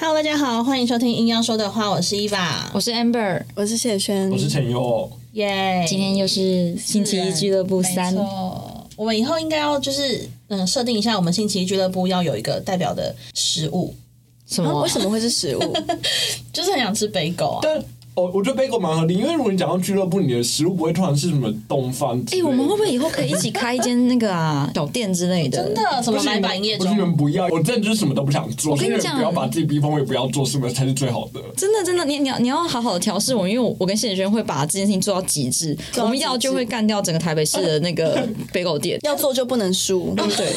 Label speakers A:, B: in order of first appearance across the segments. A: Hello，大家好，欢迎收听《硬要说的话》，我是伊娃，
B: 我是 Amber，
C: 我是谢轩，
B: 嗯
D: 我是陈佑，
A: 耶、
B: 今天又是星期一俱乐部三
A: 没，错我们以后应该要就是嗯，设定一下我们星期一俱乐部要有一个代表的食物，
B: 什
C: 啊
B: 么？
C: 为什么会是食物？
A: 就是很想吃北狗啊。
D: 但哦，我觉得 bagel 蛮合理，因为如果你讲到俱乐部，你的食物不会突然是什么东方之
B: 哎、
D: 类的。
B: 我们会不会以后可以一起开一间那个 啊小店之类的？
A: 真的什
D: 不
A: 么
D: 是
A: 买
D: 你
A: 板
D: 们
A: 夜
D: 不是你
A: 中？
D: 们不要，我真的就是什么都不想做。
B: 我跟你
D: 所以
B: 讲
D: 不要把自己逼疯，我也不要做什么才是最好的。
B: 真的真的，你你要你要好好的调试我，因为我我跟谢子轩会把这件事情做到极致，我们要就会干掉整个台北市的那个 北狗店。
C: 要做就不能输，对不 对？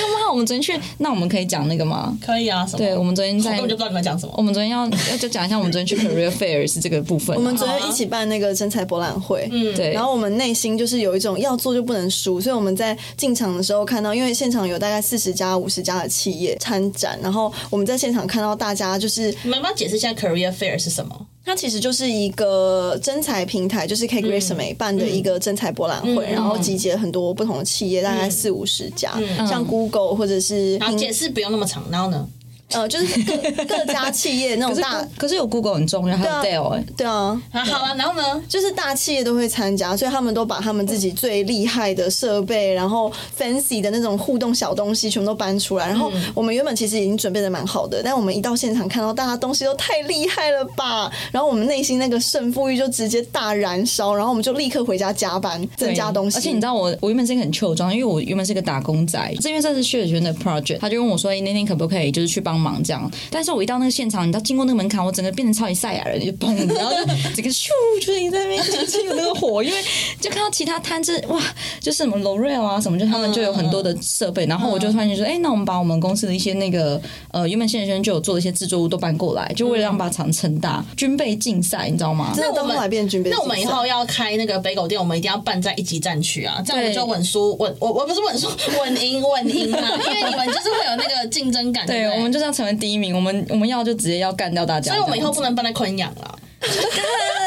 B: 他妈，我们昨天去，那我们可以讲那个吗？
A: 可以啊，什么？
B: 对，我们昨天
A: 我
B: 在
A: 根本就不知道你们讲什么。
B: 我们昨天要要就讲一下，我们昨天去 career fair 是这个部分啊、
C: 我们昨天一起办那个真才博览会，嗯，
B: 对，
C: 然后我们内心就是有一种要做就不能输，所以我们在进场的时候看到，因为现场有大概四十家、五十家的企业参展，然后我们在现场看到大家就是
A: 你们要不要解释一下 career fair 是什么？
C: 它其实就是一个征才平台，就是 K Great 什么
B: 嗯
C: 办的一个征才博览会，然后集结很多不同的企业，大
B: 嗯
C: 概四五十家，
D: 嗯
C: 像 Google 或者是
A: 然后解释不用那么长，然后呢？
C: 呃，就是各 各家企业那
B: 可
C: 种
B: 是
C: 大，
B: 可是有 Google 很重要，还有
C: 对
B: Dell 哎、
C: 对啊，
A: 啊，好了，然后呢？
C: 就是大企业都会参加，所以他们都把他们自己最厉害的设备，然后 fancy 的那种互动小东西全部都搬出来。然后我们原本其实已经准备的蛮好的，但我们一到现场看到大家东西都太厉害了吧，然后我们内心那个胜负欲就直接大燃烧，然后我们就立刻回家加班增加东西。
B: 而且你知道我，我原本是一个很旧的状态，因为我原本是一个打工仔，是因为这是薛雪轩的 project，他就问我说：“哎、那天可不可以就是去帮忙这样？”但是我一到那个现场，你知道经过那个门槛，我整个变成超级赛亚人，就砰，然后就整个咻，就是一直在那边就是有那个火，因为就看到其他摊子哇，就是什么 L'Oreal 啊什么，就他们就有很多
C: 嗯
B: 的设备，然后我就突然间说：“哎、那我们把我们公司的一些那个呃原本谢雪轩就有做的一些制作物都搬过来，就为了让把场撑大，军备竞赛，你知道吗？”
C: 真的
A: 那
C: 到
A: 我
C: 后
A: 们
C: 来变军备
A: 那我们
C: 竞
A: 以
C: 赛
A: 后要开那个北狗店，我们一定要办在一级战区啊，这样我们
B: 对
A: 就稳输稳我我不是稳输稳赢稳赢 啊，因为你们就是会有那个竞争感。
B: 对，
A: 不
B: 我们就是要成为第一名，我们我们要就直接要干掉大家。
A: 所以我们以后
B: 这
A: 不
B: 样
A: 能办在昆阳 哎了。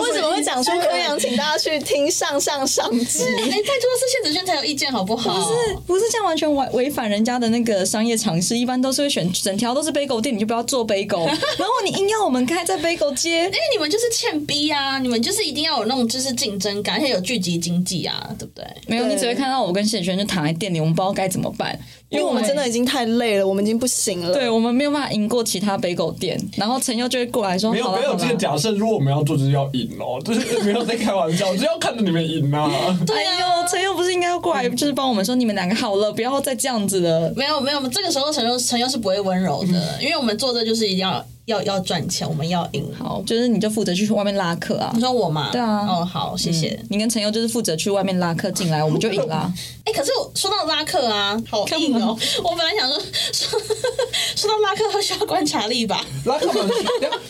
C: 为什么会讲出柯阳，请大家去听上上上集。
A: 哎、拜托，是谢子轩才有意见好不哦好？不
B: 子不是这样完全违违反人家的那个商业常识，一般都是会选整条都是 bagel 店，你就不要 做 bagel，然后你硬要我们开在 bagel 街
A: 因。为你们就是欠逼啊，你们就是一定要有那种就是竞争感，而且有聚集经济啊，对不对？
B: 没有，
C: 对
B: 你只会看到我跟谢轩就躺在店里，我们不知道该怎么办，
C: 因为我们真的已经太累了，我们已经不行了。
B: 对我们没有办法赢过其他 bagel 店，然后陈佑就会过来说，
D: 没有
B: 哦好了
D: 没有，
B: 好
D: 这
B: 了
D: 个假设，如果我们要做，就是要赢哦， 就是没有在开玩笑，就是要看着你们赢啊。
A: 对
B: 哎
A: 啊。
B: 呦，陈佑不是应该要过来，
A: 嗯
B: 就是帮我们说你们两个好了，不要再这样子了。
A: 没有没有，我们这个时候陈优陈优是不会温柔的，因为我们做这就是一定要要要赚钱，我们要赢。
B: 好，就是你就负责去外面拉客啊
A: 你。说我嘛？
B: 对啊
A: 哦，好，谢谢。
B: 你跟陈佑就是负责去外面拉客进来，我们就赢啊 啦。
A: 哎、可是我说到拉客啊，好硬哦、 我本来想说说说到拉客，他需要观察力吧？
D: 拉克蛮需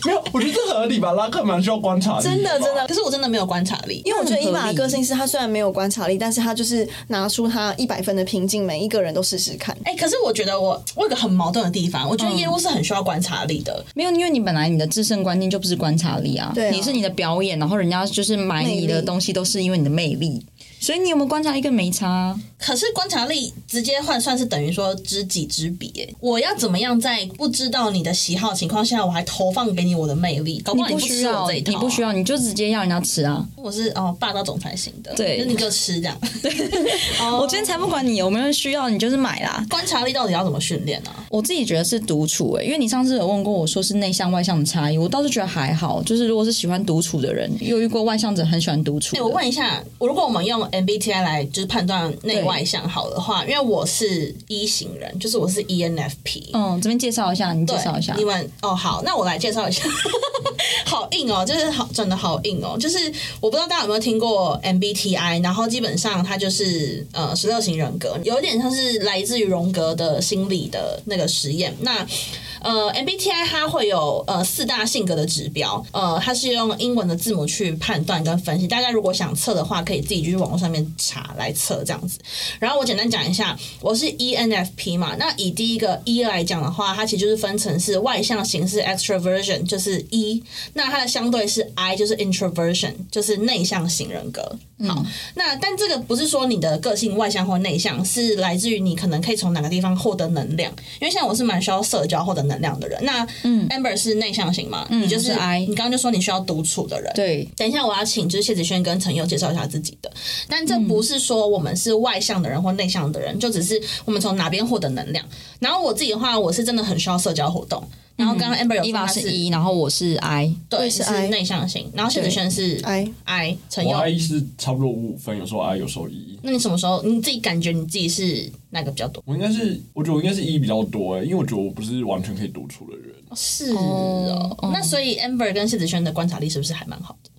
D: 没有，我觉得这合理吧，拉克蛮需要观察力
C: 真的
D: 吧
C: 真的
A: 可是我真的没有观察力，
C: 因为我觉得伊
B: 那
C: 玛
B: 很合
C: 的
B: 理
C: 个性是，他虽然没有观察力，但是他就是拿出他一百分的瓶颈，每一个人都试试看。
A: 哎、可是我觉得我我有个很矛盾的地方，我
B: 嗯
A: 觉得业务是很需要观察力的，
B: 没有，因为你本来你的制胜关键就不是观察力啊，
C: 对啊
B: 你是你的表演，然后人家就是买你的
C: 魅力
B: 东西都是因为你的魅力，所以你有没有观察力跟没差啊？
A: 可是观察力直接换算是等于说知己知彼、哎，我要怎么样在不知道你的喜好的情况下，我还投放给你我的魅力？搞不好
B: 不
A: 不
B: 需
A: 吃我
B: 要，
A: 这一套、啊
B: 你不需，要，你就直接要人家吃啊！
A: 我是哦霸道总裁型的，
B: 对
A: 就是你给我吃这样。 哦
B: 我今天才不管你有没有需要，你就是买啦。
A: 观察力到底要怎么训练啊呢？
B: 我自己觉得是独处、欸，因为你上次有问过我说是内向外向的差异，我倒是觉得还好，就是如果是喜欢独处的人，又遇过外向者很喜欢独处
A: 哎、
B: 的。
A: 我问一下，我如果我们用 MBTI 来就是判断内外向好的话，因为我是一型人，就是我是 E ENFP。
B: 嗯，这边介绍一下，你介
A: 对
B: 绍一下
A: 你。们哦，好，那我来介绍一下， 好硬哦，就是好转的好硬哦，就是我不知道大家有没有听过 MBTI，然后基本上它就是呃十六型人格，有点像是来自于荣格的心理的那个实验。那呃，MBTI 它会有呃四大性格的指标，呃，它是用英文的字母去判断跟分析。大家如果想测的话，可以自己去网络上面查来测这样子。然后我简单讲一下，我是 E ENFP 嘛，那以第一个 E 来讲的话，它其实就是分成是外向型是 extroversion，就是 E，那它的相对是 I，就是 introversion，就是内向型人格。
B: 嗯
A: 好，那但这个不是说你的个性外向或内向，是来自于你可能可以从哪个地方获得能量。因为像我是蛮需要社交获得能量的人，那 Amber 是内向型嘛，你就是
B: 嗯我是 I
A: 你刚刚就说你需要独处的人，
B: 对，
A: 等一下，我要请就是谢子轩跟陈佑介绍一下自己的。但
B: 嗯
A: 这不是说我们是外向的人或内向的人，就只是我们从哪边获得能量。然后我自己的话，我是真的很需要社交活动。然后刚刚 Amber 有
B: 伊
A: 说
B: 娃
A: 他
B: 嗯是
A: 是
B: 一，然后我是 I，
A: 对
C: 是
A: 是
C: I
A: 内向型，然后谢子轩是
C: I
A: I 陈
D: 我
A: 佑。
D: I E 是差不多五五分，有时候 I 有时候 E。
A: 那你什么时候你自己感觉你自己是哪个比较多？
D: 我应该是，我觉得我应该是 E 比较多哎、因为我觉得我不是完全可以独处的人。
B: 嗯
A: 是哦，
B: 哦
A: 那所以 Amber 跟谢子轩的观察力是不是还蛮好的？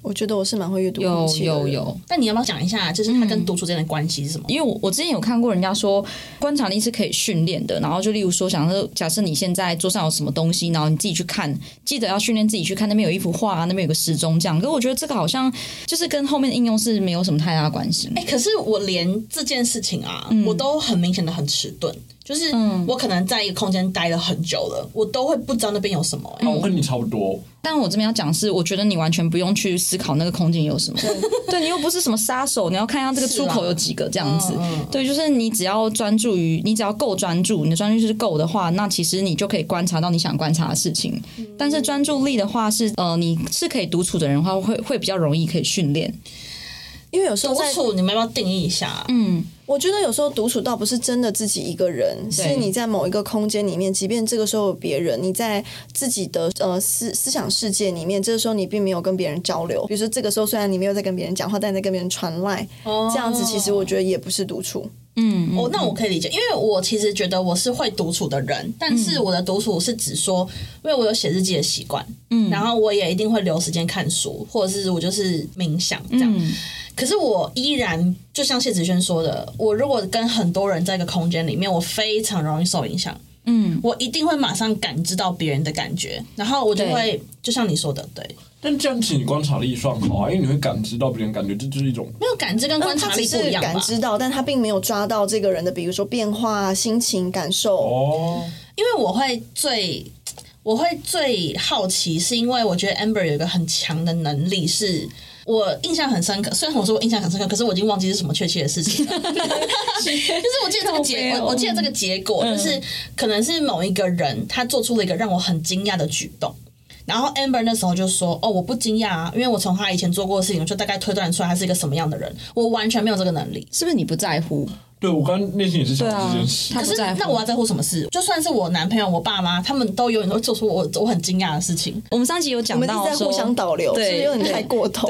C: 我觉得我是蛮会阅读空
B: 有
C: 气的
B: 有
C: 人
B: 有，
A: 那你要不要讲一下，就是他
B: 嗯
A: 跟独处之间的关系是什么？
B: 因为我我之前有看过人家说观察力是可以训练的，然后就例如说，假设假设你现在桌上有什么东西，然后你自己去看，记得要训练自己去看那边有一幅画啊，那边有个时钟这样。可我觉得这个好像就是跟后面的应用是没有什么太大的关系。
A: 哎、可是我连这件事情啊，
C: 嗯
A: 我都很明显的很迟钝，就是我可能在一个空间待了很久了，我都会不知道那边有什
C: 哦
A: 么、欸。
D: 啊，我跟你差不多，
B: 但我这边要讲是，我觉得你完全不用去思考那个空间有什么， 对你又不是什么杀手，你要看一下这个出口有几个这样子。
A: 嗯
B: 对，就是你只要专注于，你只要够专注，你的专注是够的话，那其实你就可以观察到你想观察的事情。
A: 嗯
B: 但是专注力的话是，呃，你是可以独处的人的话，会会比较容易可以训练。
C: 因为有时候
A: 独
C: 在嗯
A: 处，你们要不要定义一下、啊？
C: 我觉得有时候独处倒不是真的自己一个人，
B: 对
C: 是你在某一个空间里面，即便这个时候有别人，你在自己的呃思思想世界里面，这个时候你并没有跟别人交流。比如说这个时候虽然你没有在跟别人讲话，但你在跟别人传赖，这样子其实我觉得也不是独处。
B: 嗯，
A: 哦，那我可以理解，因为我其实觉得我是会独处的人，但
C: 嗯
A: 是我的独处是指说，因为我有写日记的习惯，嗯，然后我也一定会留时间看书，或者是我就是冥想这样。
C: 嗯
B: 嗯
A: 可是我依然就像谢子轩说的，我如果跟很多人在一个空间里面，我非常容易受影响。嗯，我一定会马上感知到别人的感觉，然后我就
B: 对
A: 会就像你说的，对，
D: 但这样其实你观察力算好啊，因为你会感知到别人感觉，这就是一种
A: 没有感知跟观察
C: 嗯他只
A: 力不
C: 是
A: 一样吧
C: 感？知到，但他并没有抓到这个人的，比如说变化啊、心情、感受。
D: 哦，
A: 因为我会最我会最好奇，是因为我觉得 Amber 有一个很强的能力是。我印象很深刻，虽然我说我印象很深刻，可是我已经忘记是什么确切的事情了。 就是我记得这个结，
B: 靠背哦嗯
A: 我我记得这个结果，就是可能是某一个人他做出了一个让我很惊讶的举动，然后 Amber 那时候就说：“哦，我不惊讶啊，因为我从他以前做过的事情，我就大概推断出来他是一个什么样的人，我完全没有这个能力。”
B: 是不是你不在乎？
D: 对我刚刚内心也是想
B: 对啊
D: 这件事，
B: 他
A: 可
B: 不
A: 是
B: 在乎。
A: 那我要在乎什么事？就算是我男朋友、我爸妈，他们都永远都会做出我我很惊讶的事情。
B: 我们上集有
C: 我
B: 讲
C: 们一
B: 到
C: 直在
B: 说
C: 互相导流，是不
B: 对
C: 是有点太过头？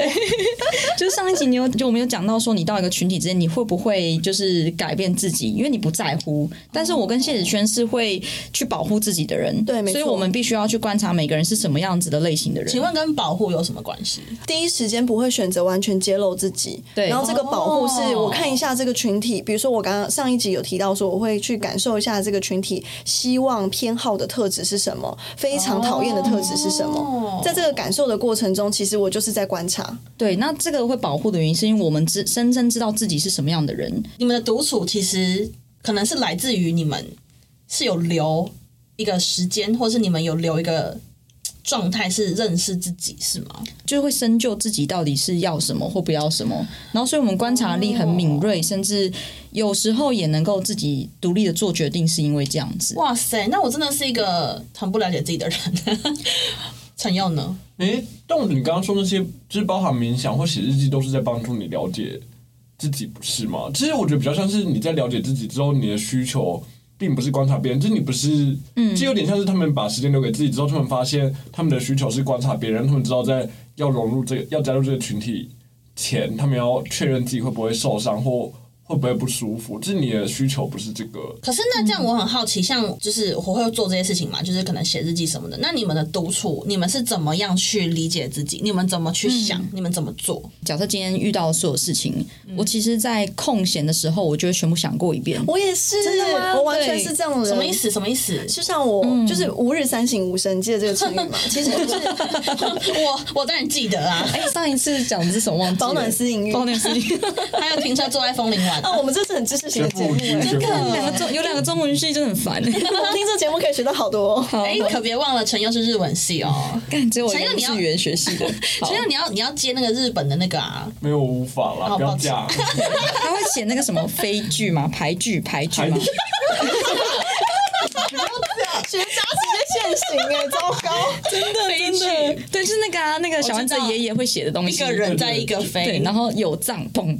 B: 就是上一集你有就我们有讲到说，你到一个群体之间，你会不会就是改变自己？因为你不在乎。但是我跟谢子轩是会去保护自己的人，
C: 对没
B: 所
C: 错
B: 以我们必须要去观察每个人是什么样子的类型的人
A: 请。问跟保护有什么关系？
C: 第一时间不会选择完全揭露自己，
B: 对
C: 然后这个保护是
A: 哦
C: 我看一下这个群体，比如说我刚刚上一集有提到说，我会去感受一下这个群体希望偏好的特质是什么，非常讨厌的特质是什
A: 哦
C: 么，在这个感受的过程中，其实我就是在观察，
B: 对，那这个会保护的原因，是因为我们知深深知道自己是什么样的人。
A: 你们的独处其实可能是来自于你们是有留一个时间，或是你们有留一个嘖状态是认识自己，是吗？
B: 就会深究自己到底是要什么或不要什么，然后所以我们观察力很敏
C: 哦
B: 锐，甚至有时候也能够自己独立的做决定，是因为这样子。
A: 哇塞，那我真的是一个很不了解自己的人。 陈佑呢？
D: 诶、但我你刚刚说那些，就是包含冥想或写日记，都是在帮助你了解自己，不是吗？其实我觉得比较像是你在了解自己之后，你的需求并不是观察别人，就是你不是，嗯，就有点像是他们把时间留给自己之后，他们发现他们的需求是观察别人，他们知道在要融入这个要加入这个群体前，他们要确认自己会不会受伤或。会不会不舒服，就是你的需求不是这个。
A: 可是那这样我很好奇，像就是我会做这些事情嘛，就是可能写日记什么的。那你们的独处，你们是怎么样去理解自己？你们怎么去想？你们怎么做？
B: 假设今天遇到的所有事情，我其实，在空闲的时候，我就会全部想过一 遍。
C: 我也是，啊
B: 真的吗
C: 我完全
B: 对
C: 是这样的人。
A: 什么意？思？什么意思？
C: 就像我，就是吾日三省吾身，你记得这个成语吗？其实 就是
A: 我我当然记得啊，
B: 哎、上一次讲的是什么忘记了？
C: 保暖私隐欲
B: 保暖私 隐。
A: 还有停车坐在风铃玩。
C: 啊，我们这是很知识型的节目
D: 学
C: 欸，真
D: 富
C: 的
D: 五车。
B: 两个中有两个中文系真的很 烦。
C: 我 听这节目可以学到好多、哦。
B: 好
A: 哎、可别忘了陈佑是日文系哦，
B: 干，只有我
A: 陈佑你要
B: 是语言学系 的，好
A: 陈佑你要你要接那个日本的那个啊，
D: 没有我无法啦，
A: 哦
D: 不要
A: 抱歉
D: 讲。
B: 他会写那个什么非剧吗？排剧排剧吗
D: 排？剧
C: 学渣直接现行哎、 糟糕！
B: 真的真的，对，是那个啊，那个小丸子
A: 我知道
B: 爷爷会写的东
A: 一
B: 西。
A: 个人在一个
B: 对，
A: 飞
B: 然后有帐篷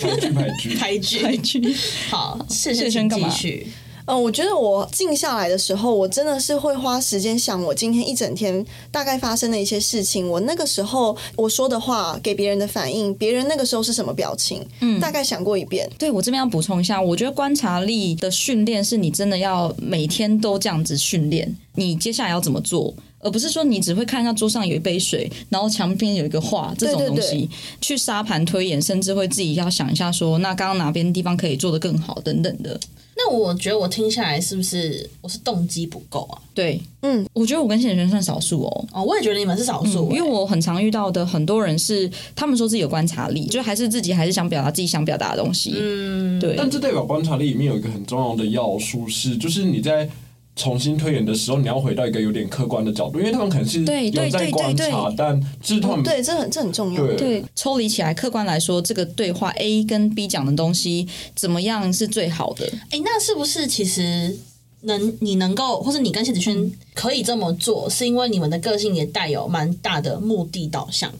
D: 排剧排剧，
A: 开
B: 排
A: 剧。
B: 剧。
A: 好，谢
B: 谢
A: 谢，
B: 轩
A: 请
B: 干
A: 继
B: 嘛
A: 续。
C: 嗯，我觉得我静下来的时候，我真的是会花时间想我今天一整天大概发生的一些事情，我那个时候我说的话给别人的反应，别人那个时候是什么表情，嗯，大概想过一遍。
B: 对我这边要补充一下，我觉得观察力的训练是你真的要每天都这样子训练，你接下来要怎么做，而不是说你只会看到桌上有一杯水，然后墙边有一个画这种
C: 对对
B: 东西，
C: 对
B: 去沙盘推演，甚至会自己要想一下说，那刚刚哪边地方可以做得更好等等的。
A: 那我觉得我听下来是不是我是动机不够啊？
B: 对，
C: 嗯，
B: 我觉得我跟谢轩算少数哦，
A: 哦，我也觉得你们是少数、
B: 嗯
A: 欸
B: 因为我很常遇到的很多人是，他们说自己有观察力，就还是自己还是想表达自己想表达的东西。嗯，对，
D: 但这代表观察力里面有一个很重要的要素是，就是你在重新推演的时候，你要回到一个有点客观的角度，因为他们可能是
B: 对对
D: 有在
B: 对
D: 观
B: 对
D: 察
B: 对，
D: 但是他们
C: 对，这很这很重要。
D: 对
B: 对，抽离起来，客观来说，这个对话 A 跟 B 讲的东西怎么样是最好的？
A: 哎、那是不是其实能你能够，或是你跟谢子轩可以这么做，是因为你们的个性也带有蛮大的目的导向？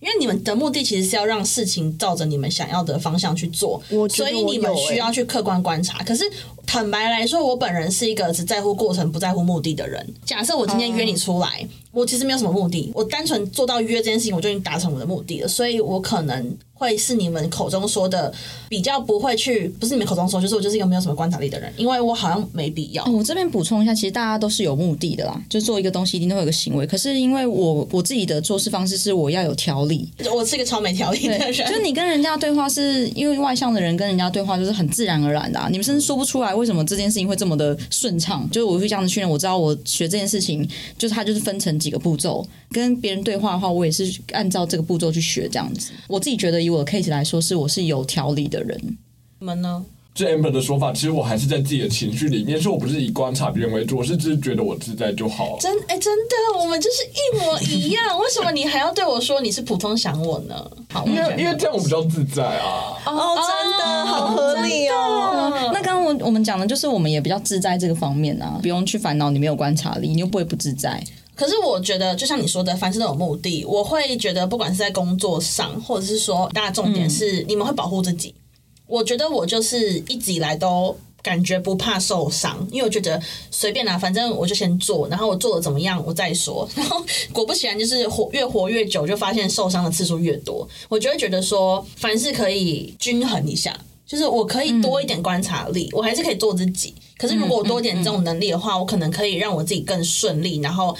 A: 因为你们的目的其实是要让事情照着你们想要的方向去做，
C: 我觉
A: 所
C: 得
A: 以
C: 我
A: 你们
C: 有
A: 需
C: 欸
A: 要去客观观察。可是坦白来说，我本人是一个只在乎过程不在乎目的的人。假设我今天约
C: 哦
A: 你出来，我其实没有什么目的，我单纯做到约这件事情，我就已经达成我的目的了，所以我可能会是你们口中说的比较不会去，不是你们口中说，就是我就是一个没有什么观察力的人，因为我好像没必要。
B: 哦，我这边补充一下，其实大家都是有目的的啦，就做一个东西一定都会有个行为。可是因为我我自己的做事方式是我要有条理，
A: 我是一个超没条理 的
B: 对，就
A: 人。
B: 你跟人家对话是因为外向的人跟人家对话就是很自然而然的、啊，你们甚至说不出来为什么这件事情会这么的顺畅。就是我会这样子训练，我知道我学这件事情，就是它就是分成几个步骤，跟别人对话的话，我也是按照这个步骤去学这样子。我自己觉得以我的 case 来说，是我是有条理的人。
A: 你们呢？
D: 这 Amber 的说法，其实我还是在自己的情绪里面，是我不是以观察别人为主，我是只是觉得我自在就好。
A: 真哎、真的，我们就是一模一样。为什么你还要对我说你是普通想我呢？好，
D: 因为因为这样我比较自在啊，
C: 哦，真的好合理哦。
B: 那刚刚我我们讲的就是我们也比较自在这个方面啊，不用去烦恼你没有观察力，你又不会不自在。
A: 可是我觉得，就像你说的，凡事都有目的。我会觉得，不管是在工作上，或者是说，大家重点是、你们会保护自己。我觉得我就是一直以来都感觉不怕受伤，因为我觉得随便啦、反正我就先做，然后我做的怎么样我再说。然后果不其然，就是活越活越久，就发现受伤的次数越多。我就会觉得说，凡事可以均衡一下。就是我可以多一点观察力，我还是可以做自己。可是如果我多一点这种能力的话，我可能可以让我自己更顺利，然后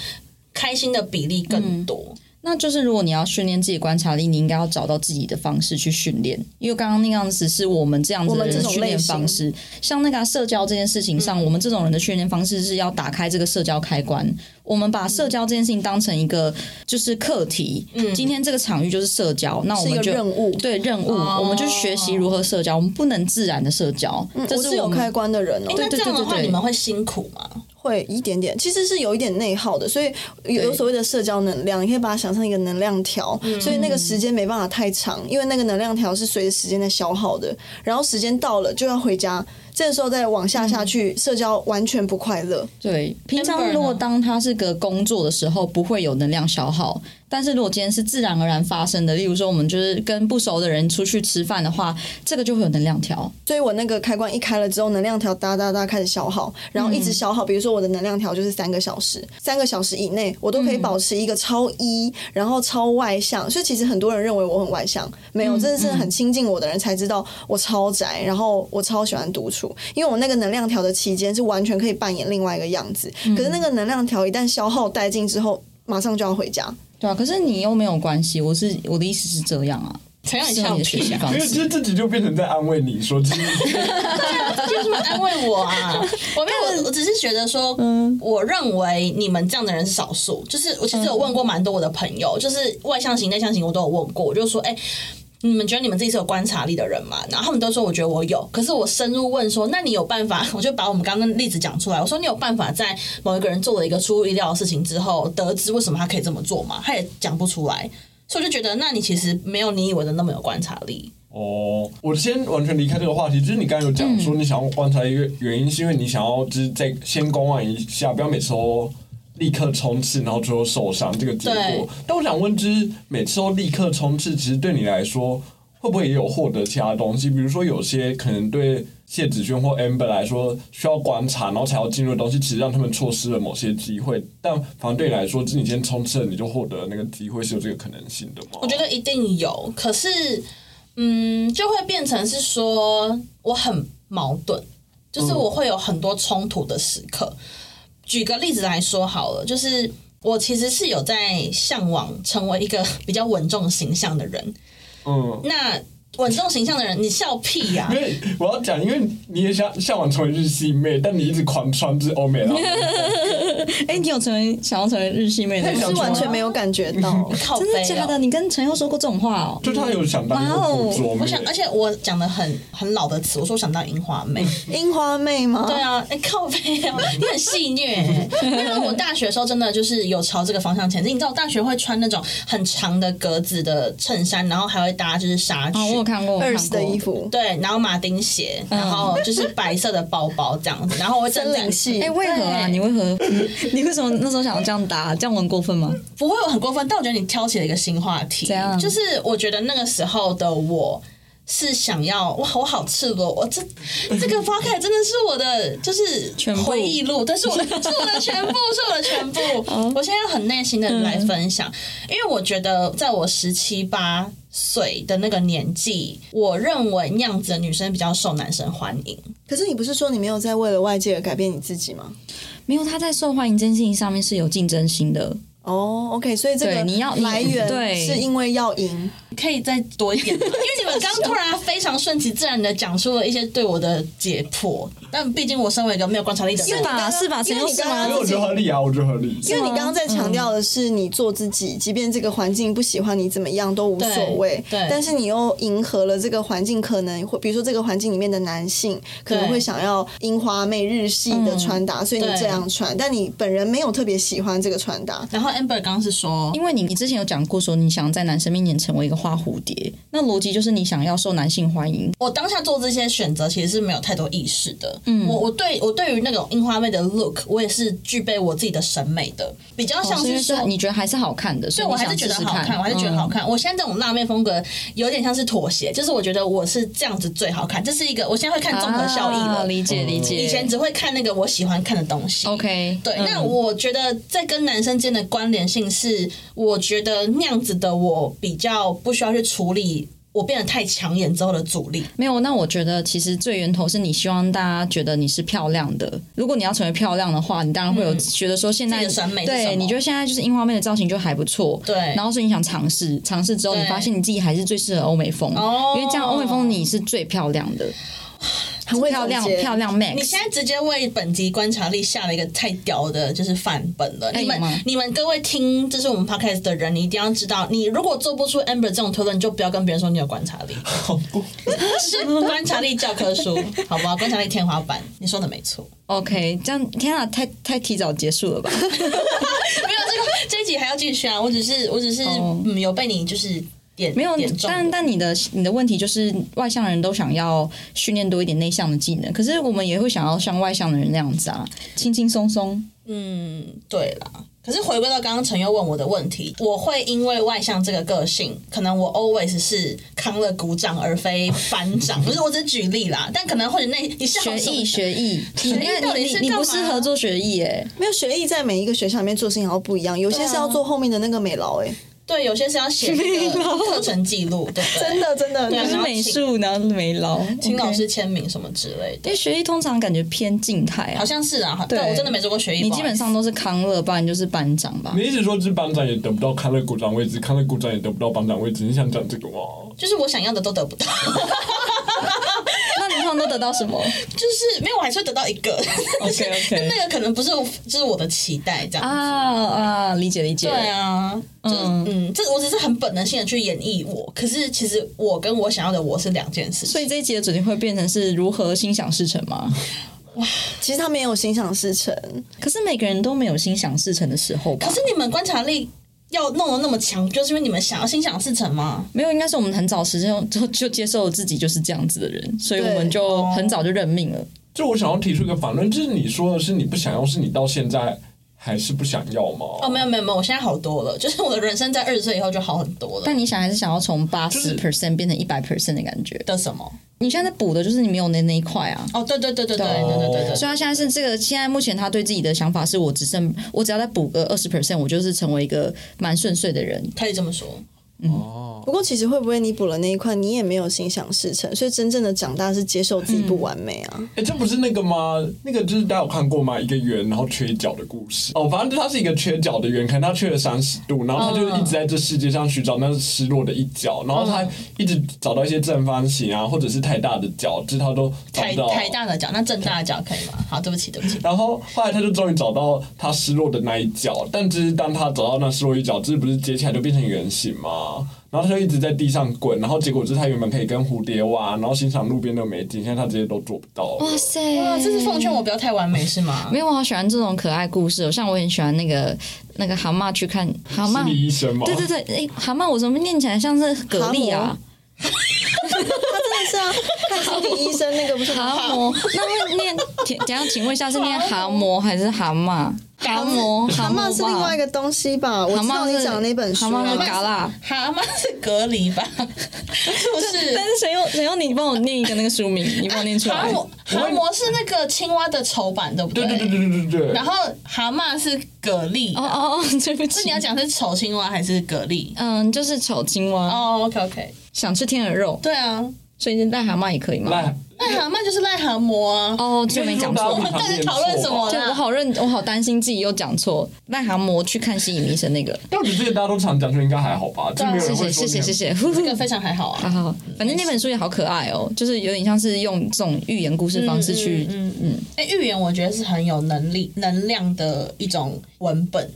A: 开心的比例更多。
B: 那就是如果你要训练自己观察力，你应该要找到自己的方式去训练。因为刚刚那样子是我们这样子
C: 我
B: 的
C: 们这
B: 人
C: 种
B: 训练
C: 类型嗯
B: 方式，像那个啊、社交这件事情上，我们这种人的训练方式是要打开这个社交开关。我们把社交这件事情当成一个就是课题，今天这个场域就是社交，那我
C: 嗯是一
B: 们
C: 个
B: 就
C: 任务哦
B: 对任务，我们就学习如何社交，我们不能自然的社交，这
C: 嗯我是有
B: 们
C: 开关的人哦，
A: 那这样的
B: 对对
A: 话，
B: 对对
A: 你们会辛苦吗？
C: 会一点点，其实是有一点内耗的，所以有有所谓的社交能量，你可以把它想成一个能量条，所以那个时间没办法太长，因为那个能量条是随着时间在消耗的，然后时间到了就要回家，这个时候再往下下去，社交完全不快乐。
B: 对，平
A: Amber
B: 常
A: 呢
B: 如果当他是个工作的时候，不会有能量消耗。但是如果今天是自然而然发生的，例如说我们就是跟不熟的人出去吃饭的话，这个就会有能量条。
C: 所以我那个开关一开了之后，能量条哒哒哒开始消耗，然后一直消耗。比如说我的能量条就是三个小时，三个小时以内我都可以保持一个超一，然后超外向。所以其实很多人认为我很外向，没有，真的是很亲近我的人才知道我超宅，然后我超喜欢独处，因为我那个能量条的期间是完全可以扮演另外一个样子。可是那个能量条一旦消耗殆尽之后，马上就要回家。
B: 对啊，可是你又没有关系，我是我的意思是这样啊，
A: 才让你
B: 是
A: 笑
B: 你的学
A: 屁
B: 习
A: 啊！
B: 方
D: 因为
B: 式。
D: 这自己就变成在安慰你说，就是
A: 为什么安慰我啊？ 我没有，我我只是嗯觉得说，我认为你们这样的人是少数。就是我其实有问过蛮多我的朋友，就是外向型、内向型，我都有问过。我就说，哎、你们觉得你们自己是有观察力的人吗？然后他们都说，我觉得我有。可是我深入问说，那你有办法？ 我就把我们刚刚的例子讲出来。我说，你有办法在某一个人做了一个出乎意料的事情之后，得知为什么他可以这么做吗？他也讲不出来。所以我就觉得，那你其实没有你以为的那么有观察力。
D: 哦，我先完全离开这个话题，就是你刚才有讲说你想要观察一个原因，是因为你想要就是在先观望一下，不要每次都立刻冲刺，然后最后受伤这个结
A: 对
D: 果。但我想问，就是每次都立刻冲刺，其实对你来说会不会也有获得其他东西？比如说有些可能对谢子轩或 Amber 来说需要观察，然后才要进入的东西，其实让他们错失了某些机会。但反正对你来说，就是你先冲刺了，你就获得了那个机会，是有这个可能性的吗？
A: 我觉得一定有，可是，嗯，就会变成是说我很矛盾，
B: 嗯
A: 就是我会有很多冲突的时刻。举个例子来说好了，就是我其实是有在向往成为一个 比较稳重形象的人。
D: 嗯。
A: 那稳重形象的人，你笑屁呀、
D: 因为我要讲，因为你也想向往成为日系妹，但你一直狂穿就是欧美啦。
B: 哎、你有成为想要成为日系妹的
D: 太
B: 吗
D: 想
C: 是完全没有感觉到，
A: 靠背、
B: 真
A: 哦
B: 的假的？你跟陈佑说过这种话 哦？
D: 就他有想当一个古着妹
A: 哦
D: 啊
A: 我，想，而且我讲的很很老的词，我说我想当樱花妹。
C: 樱花妹吗？
A: 对啊，哎、靠背啊，你很戏虐、欸。因为我大学的时候真的就是有朝这个方向前进。你知道我大学会穿那种很长的格子的衬衫，然后还会搭就是纱
B: 啊，我有
A: 裙。
B: 看过，我看
C: 二
B: 过
C: 十的衣。服，
A: 对，然后马丁鞋，然后就是白色的包包这样子，然后我会
C: 森林系
B: 哎、为何啊？
A: 对
B: 你为何？ 你为什么那时候想要这样打？这样我很过分吗？
A: 不会很过分，但我觉得你挑起了一个新话题
B: 怎样，
A: 就是我觉得那个时候的我。是想要哇，我好赤裸，我 这这个花开真的是我的就是
B: 全部
A: 回忆录，但是我的是我的全部，是我的全 部。
B: 哦
A: 我现在很耐心的来分享，因为我觉得在我十七八岁的那个年纪，我认为那样子的女生比较受男生欢 迎。
C: 可是你不是说你没有在为了外界而改变你自己吗？
B: 没有，他在受欢迎这件事情上面是有竞争心的。
C: 哦、o k 所以这
B: 对
C: 个
B: 你要
C: 来源
B: 对
C: 是因为要赢，
A: 可以再多一点 吗，因为你们刚突然非常顺其自然的讲出了一些对我的解剖，但毕竟我身为一个没有观察力的人
B: 是，吧？ 是吧？
C: 因
B: 陈
C: 为
B: 佑
C: 你
B: 是
C: 刚
D: 因
C: 刚
D: 为
B: 吗？
D: 我觉得合理啊，我觉得合理。
C: 因为你
B: 吗
C: 刚刚在强调的是你做自己，即便这个环境不喜欢你怎么样都无所谓，
A: 对对
C: 但是你又迎合了这个环境，可能会比如说这个环境里面的男性可能
A: 对
C: 会想要樱花妹日系的穿搭，所以你这样穿，但你本人没有特别喜欢这个穿搭，
A: 然后 Amber 刚刚是说，
B: 因为你你之前有讲过说你想在男生面前成为一个花蝴蝶，那逻辑就是你想要受男性欢迎。
A: 我当下做这些选择其实是没有太多意识的。嗯，我我对我对于那种樱花妹的 look，我也是具备我自己的审美的，比较像
B: 哦因为
A: 说。
B: 你觉得还是好看的，嗯所
A: 对，
B: 以
A: 我
B: 你
A: 还
B: 想
A: 是觉
B: 试
A: 得
B: 试
A: 好看，我还是觉得好。看。我现在这种辣妹风格有点像是妥协，就是我觉得我是这样子最好看，这是一个我现在会看综合效益
B: 啊
A: 了。
B: 理解理解。
A: 以前只会看那个我喜欢看的东西。
B: OK，
A: 对，
B: 嗯
A: 那我觉得在跟男生间的关联性是，我觉得那样子的我比较不需要去处理我变得太抢眼之后的阻力。
B: 没有，那我觉得其实最源头是你希望大家觉得你是漂亮的。如果你要成为漂亮的话，你当然会有觉得说现在、
A: 自己嗯的审美是什么
B: 对，你觉得现在就是樱花妹的造型就还不错，
A: 对
B: 然后所以你想尝试，尝试之后
A: 对
B: 你发现你自己还是最适合欧美风，
A: 哦
B: 因为这样欧美风你是最漂亮的，
C: 很会
B: 漂亮
C: 总结
B: 漂。亮
A: 你
B: max
A: 现。在直接为本集观察力下了一个太屌的，就是范本了。
B: 哎
A: 你
B: 有吗
A: 们你们各位听，这是我们 podcast 的人，你一定要知道，你如果做不出 Amber 这种推论，你就不要跟别人说你有观察 力，是观察力教科书，好不好？观察力天花板，你说的没错。
B: OK，这样天啊，太太提早结束了吧？
A: 没有这个这一集还要继续啊！我只是我只是、
B: 哦
A: 嗯有被你就是点
B: 没有
A: 点，中，
B: 但但你的你的问题就是外向人都想要训练多一点内向的技能，可是我们也会想要像外向的人那样子啊，轻轻松松。
A: 嗯对啦，可是回归到刚刚陈佑问我的问题，我会因为外向这个个性，可能我 always 是康乐鼓掌而非班 长，不是我只举例啦，但可能或者那你是
B: 学艺学艺，你
A: 学艺到底
B: 你
A: 是
B: 你
A: 干
B: 不
A: 嘛啊
B: 适合做学艺哎，
C: 没有学艺在每一个学校里面做事情好像不一样，有些是要做后面的那个美劳，哎，
A: 对，有些是要写那个课程记录， 对不对？
C: 真的真的，
A: 对啊
B: 是美术，然后没捞，
A: 请老师签名什么之类的，
B: 因为学艺通常感觉偏静态啊
A: 好，像是啊，但我真的没做过学艺，
B: 你
A: 不好
B: 基
A: 意思
B: 本上都是康乐，不然就是班长吧
D: 你。一直说这班长也得不到康乐股长位置，康乐股长也得不到班长位置，你想讲这个吗？
A: 就是我想要的都得不到，
B: 那你通常都得到什 么
A: 就是没有，我还是会得到一个，
B: ？OK
A: 但
B: OK
A: 那个可能不是就是我的期待这样。
B: 啊啊，理解理解。
A: 对啊，就是
B: 嗯
A: 嗯，这我只是很本能性的去演绎我，可是其实我跟我想要的我是两件事情。
B: 所以这一集的主题会变成是如何心想事成 吗？
C: 其实他没有心想事成，
B: 可是每个人都没有心想事成的时候吧？
A: 可是你们观察力要弄得那么强，就是因为你们想要心想事成吗？
B: 没有，应该是我们很早时就 就就接受自己就是这样子的人，所以我
C: 对
B: 们就很早就认命了。
A: 哦
D: 就我想要提出一个反论，就是你说的是你不想要，是你到现在还是不想要吗？
A: 哦，没有没有没有，我现在好多了，就是我的人生在二十岁以后就好很多了。
B: 但你想还是想要从八
D: 就
B: 十
D: 是
B: percent 变成一百 percent 的感觉。
A: 的什么？
B: 你现在在补的就是你没有的那一块啊。
A: 哦，对对对对对对对对对
B: 所以他现在是这个，现在目前他对自己的想法是我只剩我只要再补个二十 percent，我就是成为一个蛮顺遂的人。
A: 可以这么说。
C: 不过其实会不会你补了那一块，你也没有心想事成，所以真正的长大是接受自己不完美啊。
D: 哎、这不是那个吗？那个就是大家有看过吗？一个圆然后缺角的故事。哦，反正它是一个缺角的圆，可能它缺了三十度，然后他就
B: 嗯
D: 一直在这世界上寻找那失落的一角，然后他一直找到一些正方形啊，或者是太大的角，这他都找
A: 台
D: 不到。
A: 台大的脚，那正大的脚可以吗？好，对不起，对不起。
D: 然后后来他就终于找到他失落的那一角，但只是当他找到那失落一角，这不是接起来就变成圆形吗？然后他就一直在地上滚，然后结果就是他原本可以跟蝴蝶玩，然后欣赏路边的美景，现在他这些都做不到了。
B: 哇塞！
A: 啊，这是奉劝我不要太完美是吗
B: 没？有，我好喜欢这种可爱故事、哦，像我很喜欢那个那个蛤蟆去看蛤
D: 心
B: 蟆，
D: 理医生嘛，
B: 对对对，诶，蛤蟆我怎么念起来像是蛤蜊啊？
C: 但是啊，看心理医生那个不是
B: 蛤蟆，那会念？ 请等一下请问一下，是念蛤蟆还是蛤蟆？蛤蟆，
C: 蛤蟆是另外一
B: 个。
C: 个东西吧？我
B: 蛤
C: 知道
B: 蟆
C: 你
B: 是
C: 讲的那本书
B: 蛤蟆
C: 啊
B: 是，蛤啦。
A: 蛤蟆是隔离吧？是不是
B: 但？是谁用谁用你帮我念一个那个书 名，你帮我念出
A: 蛤
B: 来。
A: 蟆蛤蟆是那个青蛙的丑版，对不
D: 对对对对对对对。
A: 然后蛤蟆是蛤蜊，
B: 哦哦 哦，对不
A: 是
B: 起
A: 你要。讲是丑青蛙还是蛤蜊？
B: 嗯，就是丑青蛙，
A: 哦，OK，OK、o k OK，
B: 想吃天鹅肉，
A: 对啊，
B: 所以癞蛤蟆也可以吗？
D: 来，
A: 癞蛤蟆就是癞蛤蟆啊。
B: 哦，这个没讲错
A: 我。 们到底讨论什么
B: 对，我
A: 啦？
B: 好认，我好担心自己又讲错。癞蛤蟆去看心理医生那个，
D: 但我觉得这个大家都常讲，就应该还好吧，就没有
B: 谢
D: 人
B: 谢
D: 会说
B: 谢
D: 你
A: 啊
B: 谢
D: 很
B: 谢谢。
A: 这个非常还好
B: 好
A: 啊。
B: 好，好反正那本书也好可爱哦，就是有点像是用这种寓言故事方式去，
A: 嗯嗯，哎、预言我觉得是很有能力、能量的一种文本。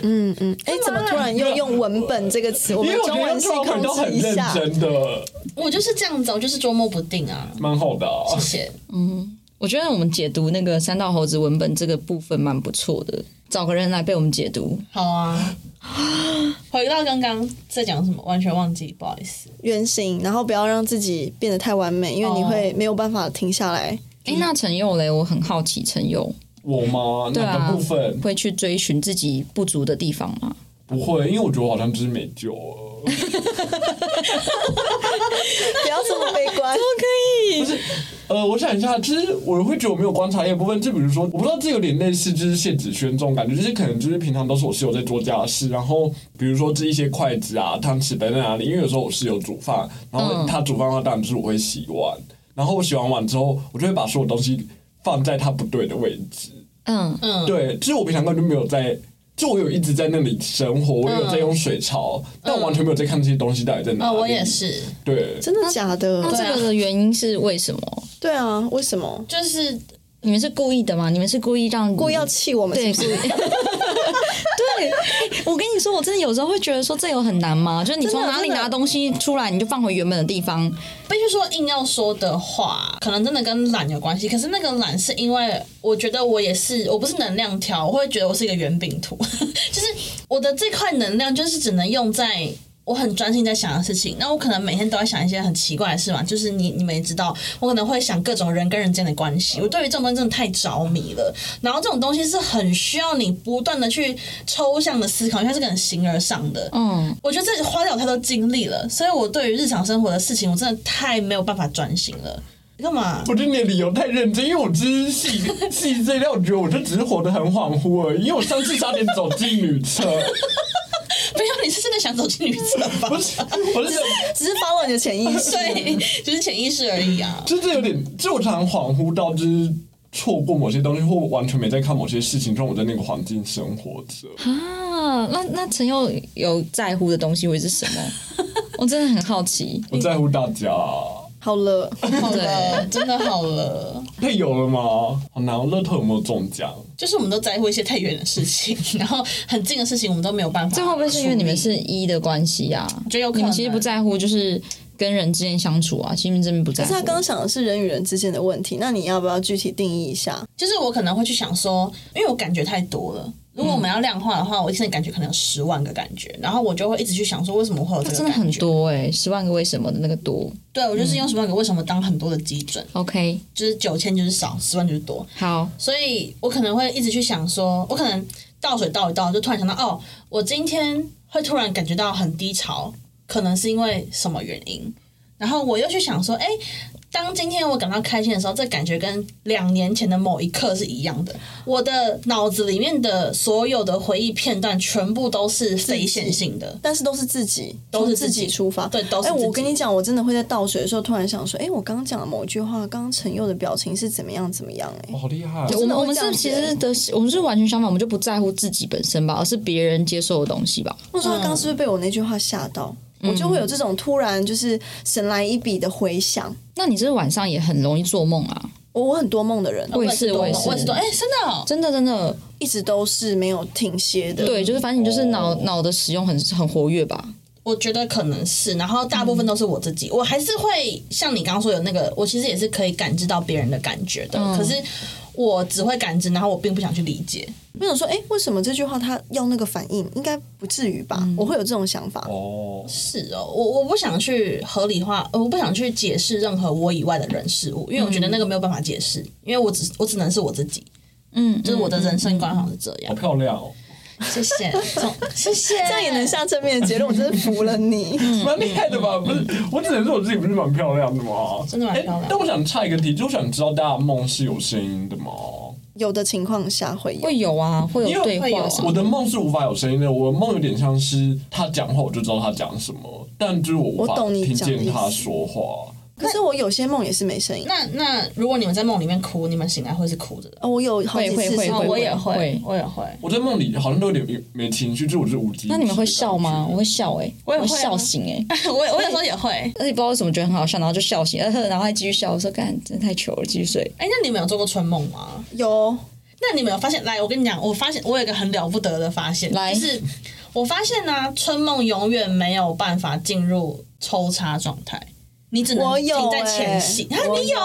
C: 嗯嗯，哎，怎么突然又用文本这个词？我
D: 因
C: 们
D: 为我
C: 中
D: 觉得
C: 文系
D: 中文
C: 控
D: 都
C: 制
D: 很
C: 一
D: 认
C: 下。
D: 真的，
A: 我就是这样子，我就是捉摸不定啊。
D: 蛮好的啊、
A: 谢谢。
B: 我觉得我们解读那个三道猴子文本这个部分蛮不错的，找个人来被我们解读。
A: 好 啊。回到刚刚在讲什么，完全忘记，不好意思。
C: 原型，然后不要让自己变得太完美，因为你
A: 哦
C: 会没有办法停下来。
A: 嗯
B: 哎，那陈佑嘞，我很好奇，陈佑
D: 我吗？
B: 对
D: 哪
B: 啊
D: 个部分
B: 会去追寻自己不足的地方吗？
D: 不会？因为我觉得我好像就是没救了。
C: 不要这么悲观。
D: 呃，我想一下，就是我会觉得我没有观察力的部分，就比如说，我不知道这有点类似就是谢子轩这种感觉，就是可能就是平常都是我室友在做家事，然后比如说这一些筷子啊、汤匙摆在哪里，因为有时候我室友煮饭，然
A: 嗯
D: 后他煮饭的话，当然就是我会洗碗，然后我洗完碗之后，我就会把所有东西放在它不对的位置。
B: 嗯，
A: 嗯，
D: 对，就是我平常根本就没有在，就我有一直在那里生活，我有在用水槽，但我完全没有在看这些东西到底在哪
A: 啊、
D: 里。
A: 我也。是，
D: 对，
C: 真的假
B: 那
C: 的？
B: 这个的原因是为什么？
C: 对啊，为什么？
A: 就是
B: 你们是故意的吗？你们是故意让
C: 故意要气我们是
B: 对故
C: 不是？
B: 意 对，诶我跟你说，我真的有时候会觉得说这有很难吗？就是你从
C: 真的
B: 哪里
C: 真的
B: 拿东西出来，你就放回原本的地方。
A: 必须说硬要说的话，可能真的跟懒有关系。可是那个懒是因为我觉得我也是，我不是能量 条，我会觉得我是一个圆饼图，就是我的这块能量就是只能用在我很专心在想的事情，那我可能每天都在想一些很奇怪的事嘛，就是你你们也知道，我可能会想各种人跟人之间的关系，我对于这种东西真的太着迷了。然后这种东西是很需要你不断的去抽象的思考，因为它是个很形而上的。
B: 嗯，
A: 我觉得这花掉我太多精力了，所以我对于日常生活的事情，我真的太没有办法专心了。你干嘛？
D: 我觉得你的理由太认真，因为我只是细 细这料，我觉得我就只是活得很恍惚而已。因为我上次差点走进女厕，
A: 没有，你是真的想走进女厕吧？
D: 不是，我是想
C: 只是 follow 你的潜意 识。
A: 对，就是潜意识而已啊。
D: 就是有点，就我常常恍惚到就是错过某些东西，或完全没在看某些事情，让我在那个环境生活着。
B: 啊，那那陈佑有在乎的东西会是什么？ 我真的很好奇。
D: 我在乎大家，
C: 好了，
A: 好了，真的好了。
D: 那有了吗？好难哦，乐透有没有中奖？
A: 就是我们都在乎一些太远的事情，然后很近的事情我们都没有办法。
B: 这会不会是因为你们？是一的关系啊？
A: 觉得有可能
B: 你们其实不在乎，就是跟人之间相处啊，其实你们真的不在
C: 可
B: 乎。
C: 是他刚刚想的是人与人之间的问题，那你要不要具体定义一下？
A: 就是我可能会去想说，因为我感觉太多了。如果我们要量化的话，我一天的感觉可能有十万个感觉，然后我就会一直去想说，为什么我会有这
B: 哇
A: 个
B: 真
A: 感
B: 的
A: 觉？
B: 很。多哎、十万个为什么的那个多。
A: 对，我就是用十万个为什么当很多的基准，
B: OK，
A: 就是九千就是少，十万就是多。
B: 好，
A: 所以我可能会一直去想说，我可能倒水倒一倒，就突然想到，哦，我今天会突然感觉到很低潮，可能是因为什么原因。然后我又去想说，哎，当今天我感到开心的时候，这感觉跟两年前的某一刻是一样的。我的脑子里面的所有的回忆片段，全部都是非线性的。
C: 但是都是自己，
A: 都是
C: 从
A: 自
C: 自
A: 己
C: 己出发。
A: 对都是
C: 哎，
A: 自己
C: 我跟你讲，我真的会在倒水的时候突然想说，哎，我刚刚讲的某一句话，刚刚陈佑的表情是怎么样怎么样？哎
A: 哦
D: 哇，，好厉害！
B: 我们
C: 会
B: 我们
C: 这样
B: 是其
C: 子欸
B: 实的，我们是完全相反，我们就不在乎自己本身吧，而是别人接受的东西吧。
C: 或者说他刚刚是不是被我那句话吓到？
A: 嗯
C: 我就会有这种突然就是神来一笔的回想。
B: 那你这晚上也很容易做梦啊？
C: 我我很多梦的人，
B: 我也是，
A: 我
B: 也
A: 也
B: 是，
A: 我也是多，哎，真的、哦，
B: 真的真的，
C: 一直都是没有停歇的。
B: 对，就是反正你就是
A: 哦
B: 脑脑的使用很很活跃吧。
A: 我觉得可能是，然后大部分都是我自己，我还是会像你刚刚说有那个，我其实也是可以感知到别人的感觉的，可是我只会感知，然后我并不想去理解。
C: 我想说，哎，为什么这句话他要那个反应？应该不至于吧？
A: 嗯
C: 我会有这种想法。
D: 哦，
A: 是哦，我我不想去合理化，呃我不想去解释任何我以外的人事物，因为我觉得那个没有办法解释，因为我只我只能是我自己，
B: 嗯，
A: 就是我的人生观好像是这
D: 好
A: 样。
D: 漂亮哦！
A: 谢 谢，从谢谢，
C: 这样也能下正面的结论，我真的服 了你。
D: 蛮厉害的吧？不是，我只能说我自己不是蛮漂亮的吗？
A: 真的蛮漂亮
D: 哎但我想岔一个题，就我想知道大家的梦是有声音的吗？
C: 有的情况下会有，
B: 会有啊，会
D: 因
B: 有
D: 为
B: 对
A: 会有
B: 话什
D: 我
B: 么的。
D: 的梦是无法有声音的，我的梦有点像是他讲话，我就知道他讲什么，但就是我无
C: 我
D: 法
C: 懂你
D: 听
C: 讲的
D: 见
C: 意
D: 他
C: 思
D: 说话。
C: 可是我有些梦也是没声音。
A: 那那如果你们在梦里面哭，你们醒来会是哭着的。
C: 哦，我有好几次是
B: 会
A: 哦，我也
B: 会
A: 会，我也会。
D: 我在梦里好像都有点没情绪，就是我是无机。
B: 那你们会笑吗？我会笑哎、我
A: 也会啊
B: 会笑醒哎、
A: 我也我有时候也会。
B: 而且不知道为什么觉得很好笑，然后就笑醒，呃呵然后还继续笑。我说干，真的太糗了，继续睡。
A: 哎、那你们有做过春梦吗？
C: 有
A: 那你们有发现？来，我跟你讲，我发现我有一个很了不得的发现，
B: 来
A: 就是我发现呢、春梦永远没有办法进入抽插状态，你只能
C: 我有
A: 停在前戏。
C: 欸
A: 啊，
C: 我
A: 你有？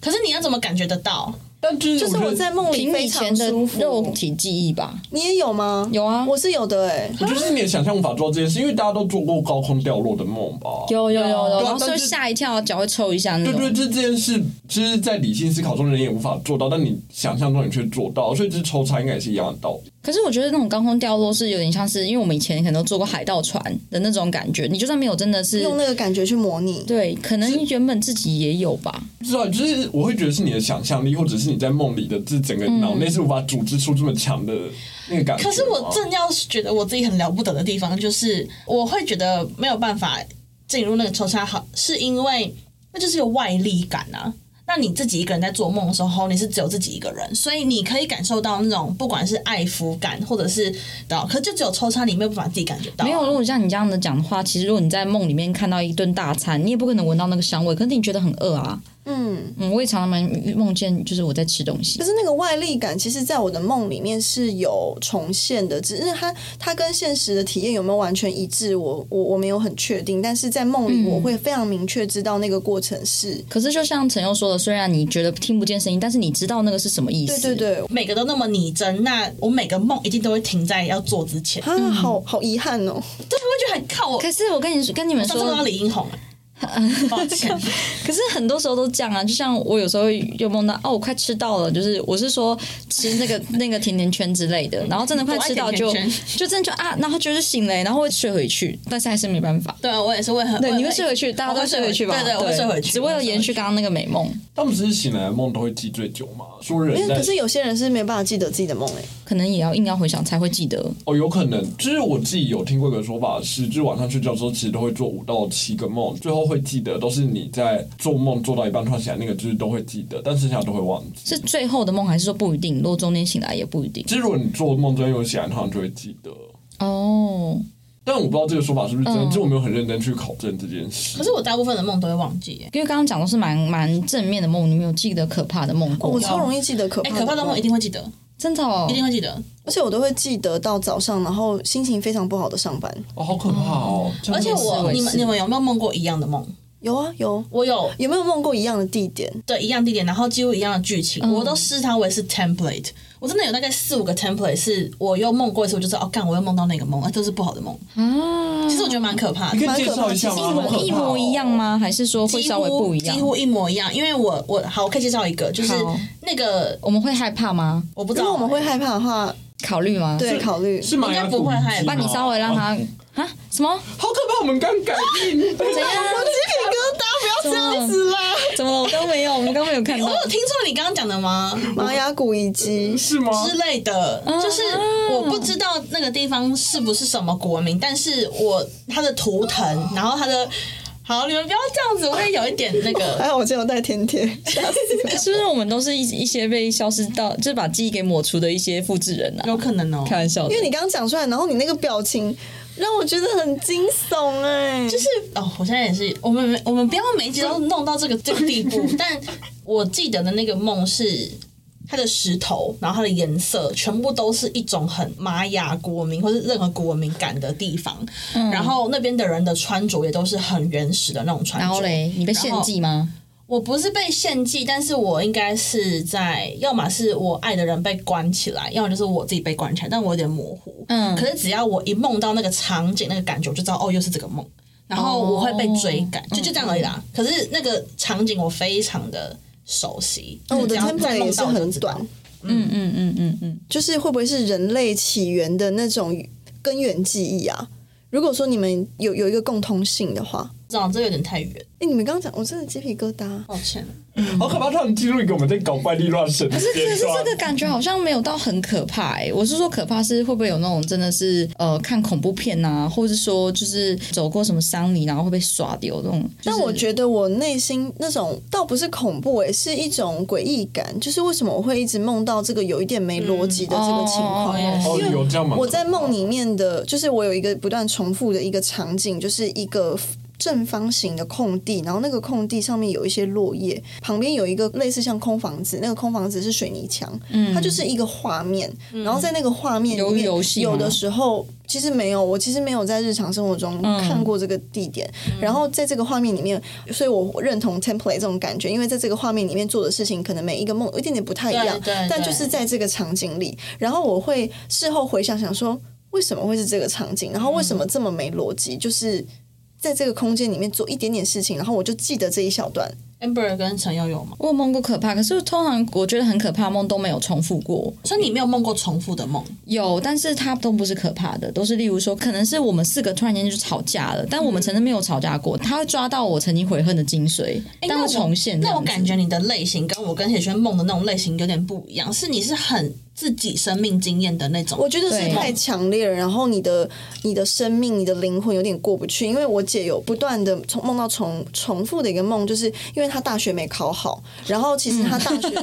A: 可是你要怎么感觉得到？
D: 但就是
C: 就是
D: 觉
C: 我
D: 得
C: 在梦里
B: 凭
C: 非
B: 以前
C: 常
B: 的
C: 舒服。
B: 肉体记忆吧，
C: 你也有吗？
B: 有啊
C: 我是有的哎、
D: 我就是你的想象无法做到这件事，因为大家都做过高空掉落的梦吧？
B: 有有
A: 有
B: 有有，然后
D: 啊但
B: 就是吓一跳，脚会抽一下那
D: 对对，
B: 种。
D: 这这件事就是在理性思考中人也无法做到，但你想象中你却做到，所以这抽查应该也是一样的道理。
B: 可是我觉得那种高空掉落是有点像是，因为我们以前可能都坐过海盗船的那种感觉，你就算没有真的是，
C: 用那个感觉去模拟。
B: 对，可能原本自己也有吧。
D: 不知道，就是我会觉得是你的想象力，或者是你在梦里的这整个脑内是无法组织出这么强的那个感
A: 嗯
D: 觉吗。
A: 可是
B: 哦
A: 我正要觉得我自己很了不得的地方，就是我会觉得没有办法进入那个抽插好，是因为那就是有外力感啊。那你自己一个人在做梦的时候，你是只有自己一个人，所以你可以感受到那种不管是爱抚感，或者是到，可是就只有抽插，你没有办法自己感觉到、
B: 没有，如，果像你这样的讲的话，其实如果你在梦里面看到一顿大餐，你也不可能闻到那个香味，可是你觉得很饿啊。
C: 嗯，
B: 嗯，我也常常蛮梦见，就是我在吃东西
C: 可。是那个外力感，其实在我的梦里面是有重现的，只是它它跟现实的体验有没有完全一致，我我我没有很确定。但是在梦
B: 嗯
C: 里，我会非常明确知道那个过程是。
B: 可是就像陈佑说的，虽然你觉得听不见声音，但是你知道那个是什么意思。
C: 对对。对，
A: 每个都那么拟真，那我每个梦一定都会停在要做之前。啊
C: 啊，好好遗憾哦。
A: 对，我觉得很靠我。
B: 可是我跟你说，跟你们
A: 上次
B: 说
A: 问，到李英红、欸， 抱歉，
B: 可是很多时候都这样啊，就像我有时候会又梦到哦，我快吃到了，就是我是说吃那个 那个甜甜圈之类的，然后真的快吃到就
A: 我爱甜甜
B: 就真的就啊，然后就是醒了，然后会睡回去，但是还是没办法。
A: 对啊我也是会很，
B: 对，
A: 我也
B: 你会睡回去，大家
A: 我
B: 都
A: 会
B: 睡回去吧？
A: 对对，我会睡回去，
B: 只为了延
A: 我会睡
B: 续
A: 回去
B: 刚刚那个美梦，
D: 他们只是醒来的梦都会记最久嘛？说
C: 因
D: 人
C: 为
D: 在
C: 可是有些人是没办法记得自己的梦哎、
B: 可能也要硬要回想才会记得。
D: 哦，有可能，就是我自己有听过一个说法是，就是晚上睡觉的时候其实都会做五到七个梦，最后会记得，都是你在做梦做到一半突然醒来那个，就是都会记得，但剩下都会忘记。
B: 是最后的梦，还是说不一定？如果中间醒来也不一定。
D: 其实如果你做梦中有醒来，通常就会记得。
B: 哦，
D: 但我不知道这个说法是不是真的，
B: 嗯
D: 就我没有很认真去考证这件事。
A: 可是我大部分的梦都会忘记、欸，
B: 因为刚刚讲都是蛮蛮正面的梦，你没有记得可怕的梦
C: 哦
B: 过？
C: 我超容易记得可怕
A: 哎、
C: 的
A: 可怕的梦一定会记得，
B: 真的哦
A: 一，定会记得。
C: 而且我都会记得到早上，然后心情非常不好的上班。
D: 哦，好可怕哦！真的
A: 而且
B: 我
A: 我，
B: 也是
A: 你们你们有没有梦过一样的梦？
C: 有啊有，
A: 我有
C: 有没有梦过一样的地点？
A: 对一样地点，然后几乎一样的剧情，我都视它为是 template。我真的有大概四五个 template，是我又梦过一次，我就知道哦，干，我又梦到那个梦，啊，都是不好的梦。
B: 啊，
A: 其实我觉得蛮可怕的
D: 你。可以介绍一下
C: 蛮
D: 吗？
C: 可
B: 一
C: 怕
D: 好可怕
B: 模一
D: 哦
B: 模一样？吗？还是说会稍微不一样
A: 几？乎一模一样，因为我我好，我可以介绍一个，就是
B: 好
A: 那个
B: 我们会害怕吗？
A: 我不知
C: 如
A: 道、
C: 果我们会害怕的话，
B: 考虑吗？，
A: 欸
C: 对，考虑。
D: 是玛雅
A: 应该不会害怕
B: 那你稍微让他啊什么？
D: 好可怕！我们刚改变，
B: 怎样？
C: 鸡皮疙瘩，不要这样子啦！
B: 怎么了？我刚没有，我们刚没有看 到
A: 哦我。有听错你刚刚讲的吗？
C: 玛雅古遗迹，
D: 是吗？
A: 之类的，就是我不知道那个地方是不是什么国民，但是我它的图腾，然后它的，好，你们不要这样子，我也有一点那个。
C: 还好我今天有带甜甜，吓死我！
B: 是不是我们都是一一些被消失到，就是把记忆给抹除的一些复制人啊？
A: 有可能哦、
B: 开玩笑的，
C: 因为你刚刚讲出来，然后你那个表情让我觉得很惊悚哎、
A: 就是哦，我现在也是，我们没我们不要每一集都弄到这个这个地步。但我记得的那个梦是它的石头，然后它的颜色全部都是一种很玛雅国民或是任何国民感的地方。然后那边的人的穿着也都是很原始的那种穿着。
B: 然后嘞，你被献祭吗？
A: 我不是被献祭，但是我应该是在，要么是我爱的人被关起来，要么就是我自己被关起来，但我有点模糊。
B: 嗯
A: 可是只要我一梦到那个场景、那个感觉，我就知道哦，又是这个梦，然后我会被追赶，
C: 哦
A: 就就这样而已
C: 嗯
A: 啦。可是那个场景我非常的熟悉，
C: 哦我的
A: 只要在
C: template 也
A: 梦
C: 是
A: 到我就
C: 很
A: 知道
C: 短，
B: 嗯嗯嗯嗯嗯，
C: 就是会不会是人类起源的那种根源记忆啊？如果说你们有有一个共通性的话，
A: 这样这有点太远，
C: 哎、你们刚刚讲，我真的鸡皮疙瘩。
A: 抱歉。
D: 好可怕！突然进入一个我们在搞怪力乱神的
B: 可
D: 阶
B: 是这
D: 段
B: 个。感觉好像没有到很可怕哎、我是说可怕是会不会有那种真的是呃看恐怖片啊，或者说就是走过什么山里然后会被耍掉那种。就是
C: 但我觉得我内心那种倒不是恐怖、欸，是一种诡异感。就是为什么我会一直梦到这个有一点没逻辑的这个情况、
B: 哦哦哦
D: 哦，有这样吗？
C: 我在梦里面的，就是我有一个不断重复的一个场景，就是一个正方形的空地，然后那个空地上面有一些落叶，旁边有一个类似像空房子，那个空房子是水泥墙，
B: 嗯
C: 它就是一个画面，然后在那个画面里
B: 鱿鱼
C: 面，
B: 游戏吗
C: 有的时候。其实没有，我其实没有在日常生活中看过这个地点。然后在这个画面里面，所以我认同 template 这种感觉，因为在这个画面里面做的事情，可能每一个梦有一点点不太一样，
A: 对对
C: 但
A: 对
C: 就是在这个场景里，然后我会事后回想想说，为什么会是这个场景？然后为什么这么没逻辑？就是在这个空间里面做一点点事情，然后我就记得这一小段。
A: Amber 跟陈悠悠嘛，
B: 我有梦过可怕，可是通常我觉得很可怕的梦都没有重复过。
A: 所以你没有梦过重复的梦，
B: 有，但是它都不是可怕的，都是例如说，可能是我们四个突然间就吵架了，但我们曾经没有吵架过。他会抓到我曾经悔恨的精髓，
A: 欸
B: 但
A: 那
B: 会重现这
A: 那
B: 样
A: 我
B: 子。
A: 感觉你的类型跟我跟铁轩梦的那种类型有点不一样，是你是很自己生命经验的那种。
C: 我觉得是
B: 对
C: 太强烈了，然后你的你的生命、你的灵魂有点过不去。因为我姐有不断的重梦到重重复的一个梦，就是因为她大学没考好，然后其实 她大学、真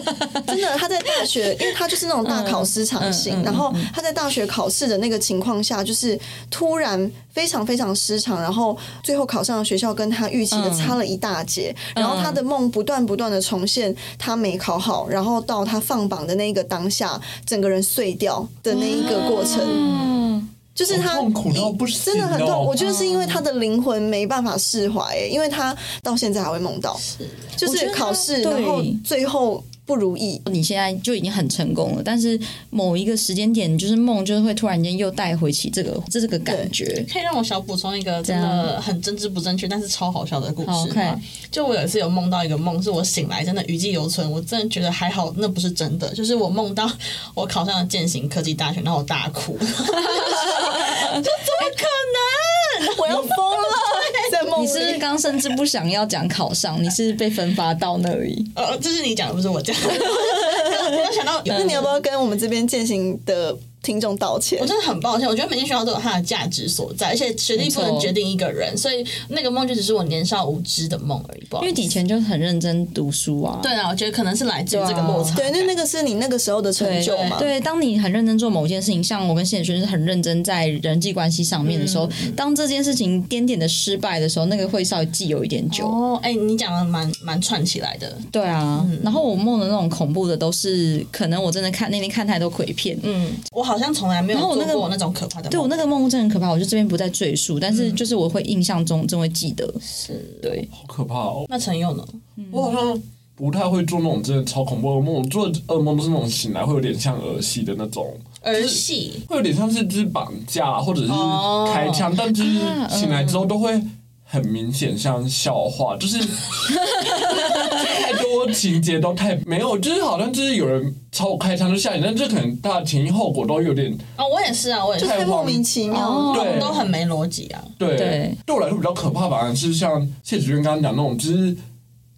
C: 的她在大学，因为她就是那种大考失常型，
B: 嗯嗯嗯
C: 然后她在大学考试的那个情况下，就是突然非常非常失常，然后最后考上的学校跟她预期的差了一大截，然后她的梦不断不断的重现她没考好，然后到她放榜的那一个当下，整个人碎掉的那一个过程。
B: 嗯，
C: 就是他
D: 好痛苦到不行
C: 真的很
D: 哦
C: 痛。我觉得是因为他的灵魂没办法释怀，哎因为他到现在还会梦到，就
B: 我觉
C: 是
B: 得他
C: 考试，
B: 对
C: 然后最后不如意。
B: 你现在就已经很成功了，但是某一个时间点，就是梦，就是会突然间又带回起这个这这个感觉。
A: 可以让我小补充一个真
B: 这
A: 的很政治不正确，但是超好笑的故
B: 好
A: 事
B: 快
A: 吗？就我有一次有梦到一个梦，是我醒来真的余悸犹存，我真的觉得还好，那不是真的。就是我梦到我考上了建行科技大学，然后我大哭， 就怎么可能？
C: 我要 疯了，在梦
B: 你是不是
C: 里。
B: 刚甚至不想要讲考上，你是被分发到那里？
A: 呃，这是你讲的，不是我讲 的。没有想到，
C: 那你要不要跟我们这边践行的听众道歉
A: 我？真的很抱歉，我觉得每间学校都有它的价值所在，而且学历不
B: 没
A: 能
B: 错
A: 决定一个人，所以那个梦就只是我年少无知的梦而已。不好
B: 因
A: 意
B: 为
A: 思
B: 你以前就很认真读书啊。
A: 对啊，我觉得可能是来自于这个落差
C: 对，
A: 感。
C: 那那个是你那个时候的成就嘛？
B: 对，当你很认真做某件事情，像我跟谢轩是很认真在人际关系上面的时候，当这件事情点点的失败的时候，那个会稍微记有一点久。
A: 哦，哎、你讲的蛮蛮串起来的，
B: 对啊，然后我梦的那种恐怖的都是，可能我真的看那天看太多鬼片，
A: 嗯，我好像从来没有
B: 然后我那
A: 做
B: 个
A: 过那种可怕的梦。
B: 对我那个梦真的很可怕，我就这边不再赘述，但是就是我会印象中真会记得，
A: 是，
B: 对，
D: 好可怕哦！
A: 那陈佑呢？
D: 我好像不太会做那种真的超恐怖的梦，我做的噩梦都是那种醒来会有点像儿戏的那种，
A: 儿戏
D: 会有点像是就是绑架或者是
A: 哦
D: 开枪，但就是
B: 啊嗯
D: 醒来之后都会很明显像笑话，就是太多情节都太没有，就是好像就是有人朝我开枪就吓你，但这可能大家前因后果都有点
A: 哦，我也是啊，我也，
C: 就是太莫名其妙。
B: 哦
D: 对
A: 都很没逻辑啊。
D: 对，
B: 对
D: 我来说比较可怕，反而是像谢子轩刚刚讲那种，就是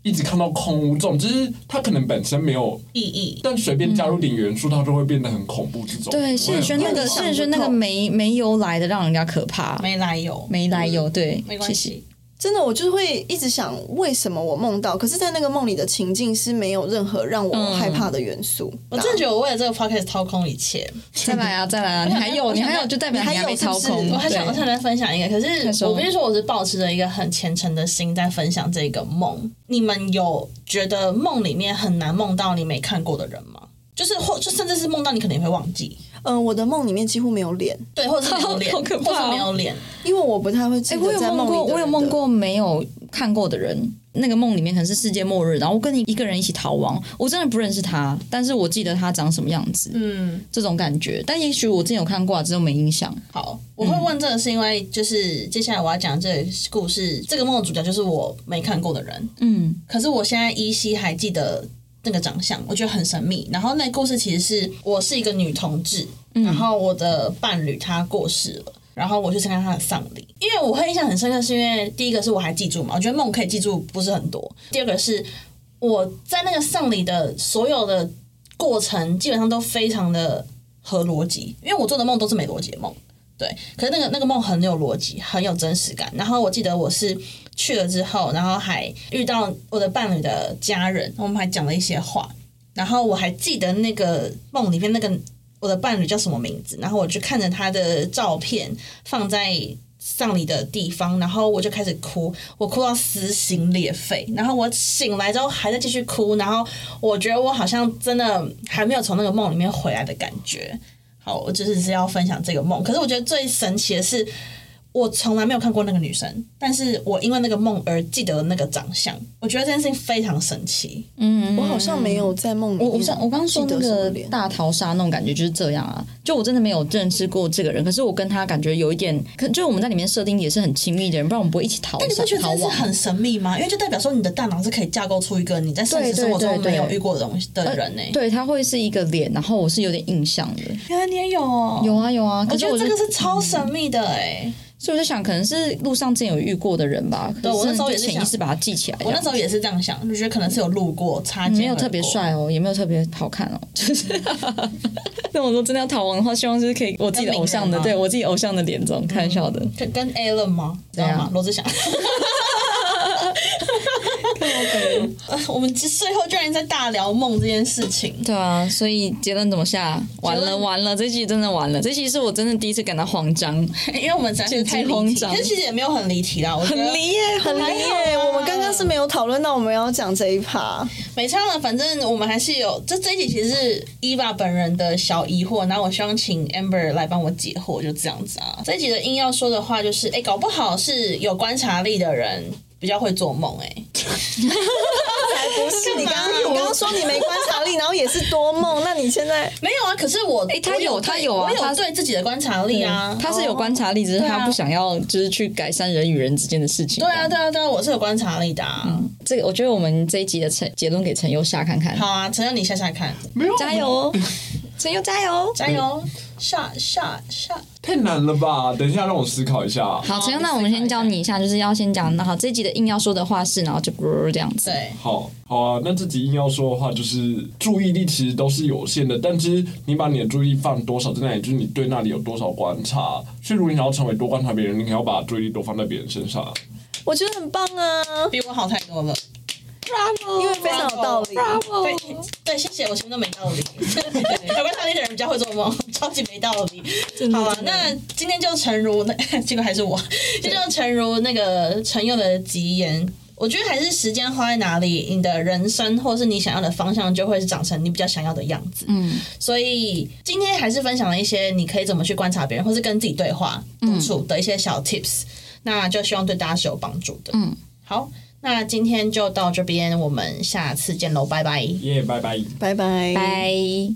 D: 一直看到空无这种，就是他可能本身没有，
A: 意义，
D: 但随便加入点元素，它就会变得很恐怖。这种
B: 对，谢轩那个
C: 想
B: 谢轩
C: 不
B: 那个
C: 透
B: 没没由来的让人家可怕，
A: 没来由，
B: 没来由，对，
A: 没
B: 谢
A: 关
B: 谢。
A: 系，
C: 真的，我就会一直想，为什么我梦到？可是，在那个梦里的情境是没有任何让我
B: 嗯
C: 害怕的元素。
A: 我真的觉得我为了这个 podcast 掏空一切。
B: 再来啊，再来啊！你还有，
A: 我想
B: 你还有，就代表
C: 你还
B: 还
C: 有
B: 没
C: 是不
B: 掏
C: 是
B: 空。
A: 我还想，我
B: 对
A: 想再分享一个，可
B: 快
A: 是
B: 说
A: 我必须说，我是抱持着一个很虔诚的心在分享这个梦。你们有觉得梦里面很难梦到你没看过的人吗？就是或就甚至是梦到你可能也会忘记，
C: 嗯、我的梦里面几乎没有脸，
A: 对，或者是没 有脸，
B: 好可怕哦
A: 或是没有脸，
C: 因为我不太会
B: 哎、
C: 记
B: 我
C: 得
B: 有
C: 在
B: 梦
C: 里的
B: 过，
C: 人的
B: 我有梦。过没有看过的人，那个梦里面可能是世界末日，然后我跟你一个人一起逃亡，我真的不认识他，但是我记得他长什么样子，
A: 嗯。
B: 这种感觉。但也许我之前有看过，啊只是我没印象。
A: 好，我
B: 嗯
A: 会问这个是因为就是接下来我要讲这个故事，这个梦的主角就是我没看过的人，
B: 嗯，
A: 可是我现在依稀还记得那个长相，我觉得很神秘。然后那故事其实是我是一个女同志，然后我的伴侣他过世了。然后我去参加他的丧礼，因为我会印象很深刻，是因为第一个是我还记住嘛，我觉得梦可以记住不是很多。第二个是我在那个丧礼的所有的过程，基本上都非常的合逻辑，因为我做的梦都是没逻辑的梦。对，可是那个那个梦很有逻辑，很有真实感。然后我记得我是去了之后，然后还遇到我的伴侣的家人，我们还讲了一些话。然后我还记得那个梦里面那个我的伴侣叫什么名字，然后我就看着他的照片放在丧礼的地方，然后我就开始哭，我哭到撕心裂肺。然后我醒来之后还在继续哭，然后我觉得我好像真的还没有从那个梦里面回来的感觉。好，我就是是要分享这个梦，可是我觉得最神奇的是。我从来没有看过那个女生，但是我因为那个梦而记得那个长相，我觉得这件事情非常神奇。
B: 嗯
C: 我好像没有在梦里面
B: 我我像我刚刚说
C: 记
B: 那
C: 得什么
B: 个
C: 脸
B: 大逃杀那种感觉就是这样啊，就我真的没有认识过这个人，可是我跟他感觉有一点，可就我们在里面设定也是很亲密的人，不然我们不会一起逃
A: 但你不觉得
B: 逃
A: 这是
B: 亡。
A: 很神秘吗？因为就代表说你的大脑是可以架构出一个你在现实生活中没有遇过的东西的人呢、
B: 呃
A: 欸
B: 对，他会是一个脸，然后我是有点印象的。
A: 原来你也有哦，
B: 有啊有啊，
A: 我
B: 可是
A: 觉
B: 我
A: 得这个
B: 就
A: 是超神秘的哎、
B: 所以我就想，可能是路上之前有遇过的人吧。
A: 对
B: 可是
A: 我那时候也是
B: 就潜意识把它记起来这
A: 我
B: 样。
A: 那时候也是这样想，就觉得可能是有路过擦肩，
B: 哎没有特别。帅哦，也没有特别好看哦，就是。 那我说真的要逃亡的话，希望就是可以我自己的偶像的，
A: 要名
B: 对
A: 人吗嗯
B: 我自己偶像的脸这种开玩笑的。
A: 跟跟 Alan 吗？知道
B: 对
A: 吗
B: 啊？
A: 罗 志祥。呃 我们最后居然在大聊梦这件事情，
B: 对啊，所以结论怎么下？完了完了，这期真的完了，这期是我真的第一次感到慌张，
A: 因为我们实在是太
B: 简直慌
A: 离题，
B: 张
A: 但其实也没有很离题啦，我觉
B: 很
A: 得
B: 离耶，
C: 很
B: 很
C: 厉
B: 离。
C: 害，我们刚刚是没有讨论到我们要讲这一趴，
A: 没差了，反正我们还是有。这这一集其实是 Eva 本人的小疑惑，然后我希望请 Amber 来帮我解惑，就这样子啊。这一集的硬要说的话就是，哎、搞不好是有观察力的人比较会做梦、哎，
C: 才不是你刚刚你刚刚说你没观察然后也是多梦。那你现在
A: 没有啊，可是我
B: 诶他
A: 我
B: 有
A: 有对
B: 他有啊
A: 我
B: 他
A: 有对自己的观察力啊，
B: 他是有观察力，只是
A: 对
B: 他
A: 啊
B: 不想要，就是去改善人与人之间的事情。
A: 对啊，对啊，对啊，我是有观察力的啊。
B: 这个我觉得我们这一集的陈结论给陈优下看看，
A: 好啊，陈佑，你下下看，
D: 没有
B: 加油哦， 陈优加油哦！
A: 加油，下下下。
D: 太难了吧？等一下让我思考一下。
B: 好，
A: 好
B: 陈优，
A: 你
B: 那我
A: 思
B: 们
A: 考
B: 先
A: 一
B: 教
A: 下
B: 你一下，就是要先讲，那好，这一集的硬要说的话是，然后就啵这样子。
A: 对，
D: 好好啊，那自己硬要说的话，就是注意力其实都是有限的，但是你把你的注意力放多少在那里，就是你对那里有多少观察。所以，如果你想要成为多观察别人，你可能要把注意力都放在别人身上。
C: 我觉得很棒啊，
A: 比我好太多了。
C: 因为非常有道理。
B: 哦
A: 对对，谢谢，我全部都没 道理。有观察力的人比较会做梦，超级没道理。好了，那今天就诚如那 这个还是我，这就诚如那个陈佑的吉言。我觉得还是时间花在哪里，你的人生或是你想要的方向，就会长成你比较想要的样子。
B: 嗯，
A: 所以今天还是分享了一些你可以怎么去观察别人，或是跟自己对话
B: 嗯
A: 独处的一些小 tips，、那就希望对大家是有帮助的。
B: 嗯，
A: 好，那今天就到这边，我们下次见喽，拜拜。
D: 耶、拜拜。
C: 拜拜。
B: 拜。